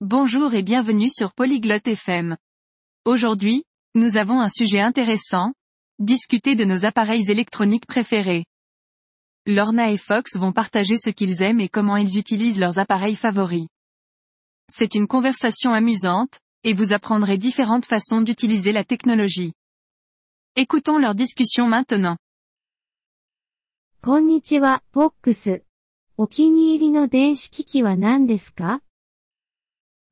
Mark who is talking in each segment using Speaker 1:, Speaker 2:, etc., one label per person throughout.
Speaker 1: Bonjour et bienvenue sur Polyglotte FM. Aujourd'hui, nous avons un sujet intéressant, discuter de nos appareils électroniques préférés. Lorna et Fox vont partager ce qu'ils aiment et comment ils utilisent leurs appareils favoris. C'est une conversation amusante, et vous apprendrez différentes façons d'utiliser la technologie. Écoutons leur discussion maintenant.
Speaker 2: こんにちは、フォックス。お気に入りの電子機器は何ですか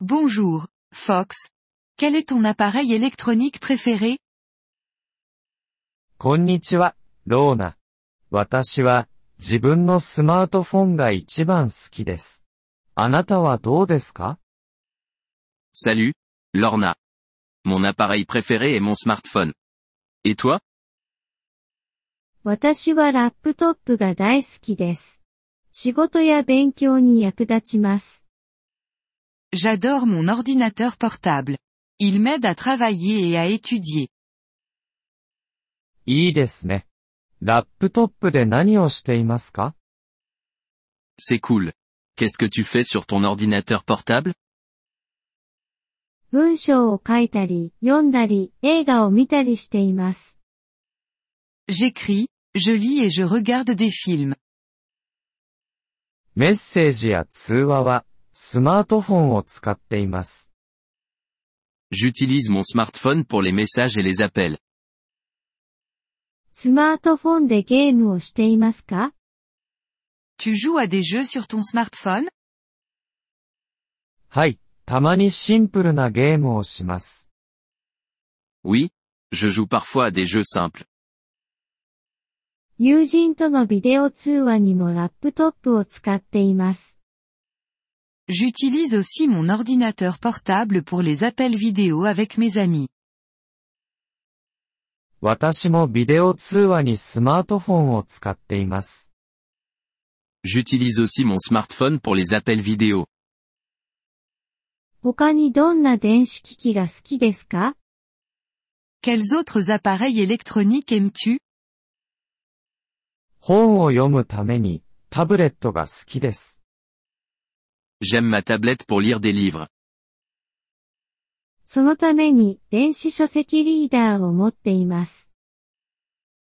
Speaker 1: Bonjour, Fox. Quel est ton appareil électronique préféré
Speaker 3: こんにちは、ローナ。私は、自分のスマートフォンが一番好きです。あなたはどうですか
Speaker 4: Salut, Lorna. Mon appareil préféré est mon smartphone. Et toi
Speaker 2: 私はラップトップが大好きです。仕事や勉強に役立ちます。
Speaker 1: J'adore mon ordinateur portable. Il m'aide à travailler et à étudier.
Speaker 3: いいですね。ラップトップで何をしていますか
Speaker 4: C'est cool. Qu'est-ce que tu fais sur ton ordinateur portable
Speaker 2: 文章を書いたり、読んだり、映画を見たりしています。
Speaker 1: J'écris, je lis et je regarde des films.
Speaker 3: メッセージや通話は、スマートフォンを使っています。
Speaker 4: J'utilise mon smartphone pour les messages et les appels.
Speaker 2: スマートフォンでゲームをしていますか
Speaker 1: Tu joues à des jeux sur ton smartphone
Speaker 3: はい、たまにシンプルなゲームをします。
Speaker 4: Oui, je joue parfois à des jeux simples.
Speaker 2: 友人とのビデオ通話にもラップトップを使っています。
Speaker 1: J'utilise aussi mon ordinateur portable pour les appels vidéo avec mes amis.
Speaker 3: 私もビデオ通話にスマートフォンを使っています。
Speaker 4: J'utilise aussi mon smartphone pour les appels vidéo.
Speaker 2: 他にどんな電子機器が好きですか
Speaker 1: Quels autres appareils électroniques aimes-tu
Speaker 3: 本を読むために、タブレットが好きです。
Speaker 4: J'aime ma tablette pour lire des livres.
Speaker 2: そのために電子書籍リーダーを持っています。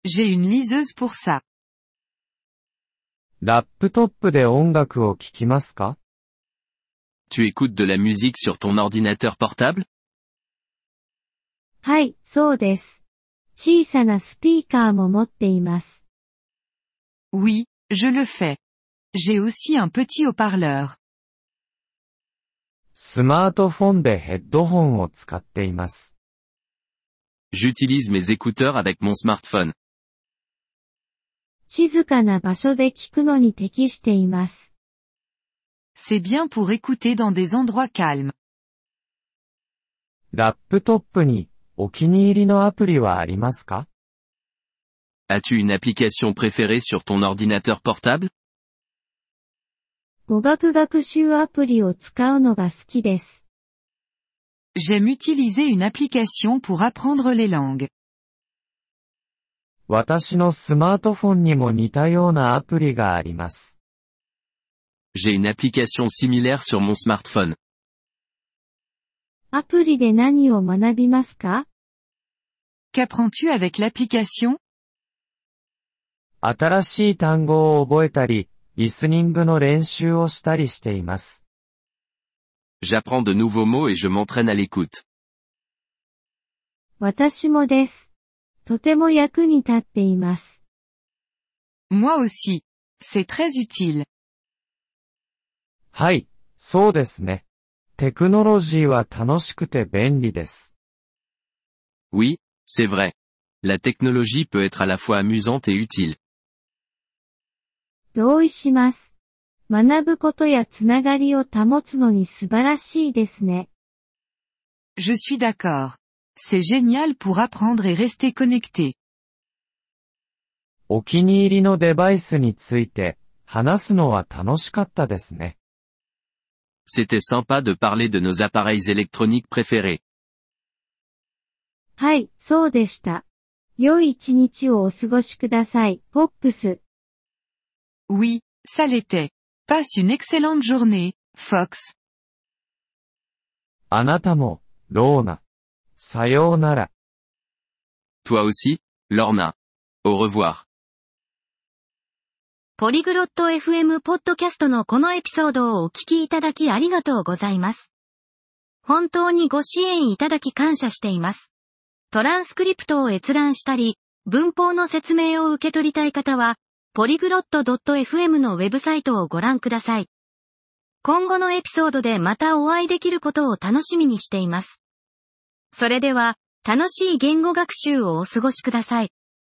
Speaker 1: J'ai une liseuse pour ça.
Speaker 3: ラップトップで音楽を聴きますか
Speaker 4: Tu écoutes de la musique sur ton ordinateur portable
Speaker 2: はい、そうです。小さなスピーカーも持っています。
Speaker 1: Oui, je le fais. J'ai aussi un petit haut-parleur.
Speaker 3: スマートフォンでヘッドホンを使っています。
Speaker 4: J'utilise mes écouteurs avec mon smartphone.
Speaker 2: 静かな場所で聞くのに適しています。
Speaker 1: C'est bien pour écouter dans des endroits calmes.
Speaker 3: ラップトップにお気に入りのアプリはありますか
Speaker 4: As-tu une application préférée sur ton ordinateur portable
Speaker 2: 語学学習アプリを使うのが好きです。
Speaker 1: J'aime utiliser une application pour apprendre les langues.
Speaker 3: 私のスマートフォンにも似たようなアプリがあります。
Speaker 4: J'ai une application similaire sur mon smartphone.
Speaker 2: アプリで何を学びますか
Speaker 1: Qu'apprends-tu avec l'application
Speaker 3: 新しい単語を覚えたり、リスニングの練習をしたりしています。
Speaker 4: J'apprends de nouveaux mots et je m'entraîne à l'écoute.
Speaker 2: 私もです。とても役に立っています。
Speaker 1: Moi aussi. C'est très utile.
Speaker 3: はい、そうですね。テクノロジーは楽しくて便利です。
Speaker 4: Oui, c'est vrai. La technologie peut être à la fois amusante et utile.
Speaker 2: 同意します。学ぶことやつながりを保つのに素晴らしいですね。
Speaker 1: Je suis d'accord. C'est génial pour apprendre et rester connecté.
Speaker 3: お気に入りのデバイスについて話すのは楽しかったですね。
Speaker 4: C'était sympa de parler de nos appareils électroniques préférés.
Speaker 2: はい、そうでした。良い一日をお過ごしください、フォックス。
Speaker 1: Oui, ça l'était. Passe une excellente journée, Fox.
Speaker 3: あなたも、ローナ。さようなら。
Speaker 4: Toi aussi, Lorna. Au revoir.
Speaker 5: ポリグロット FM ポッドキャストのこのエピソードをお聞きいただきありがとうございます。本当にご支援いただき感謝しています。トランスクリプトを閲覧したり、文法の説明を受け取りたい方は、ポリグロット .fm のウェブサイトをご覧ください。今後のエピソードでまたお会いできることを楽しみにしています。それでは、楽しい言語学習をお過ごしください。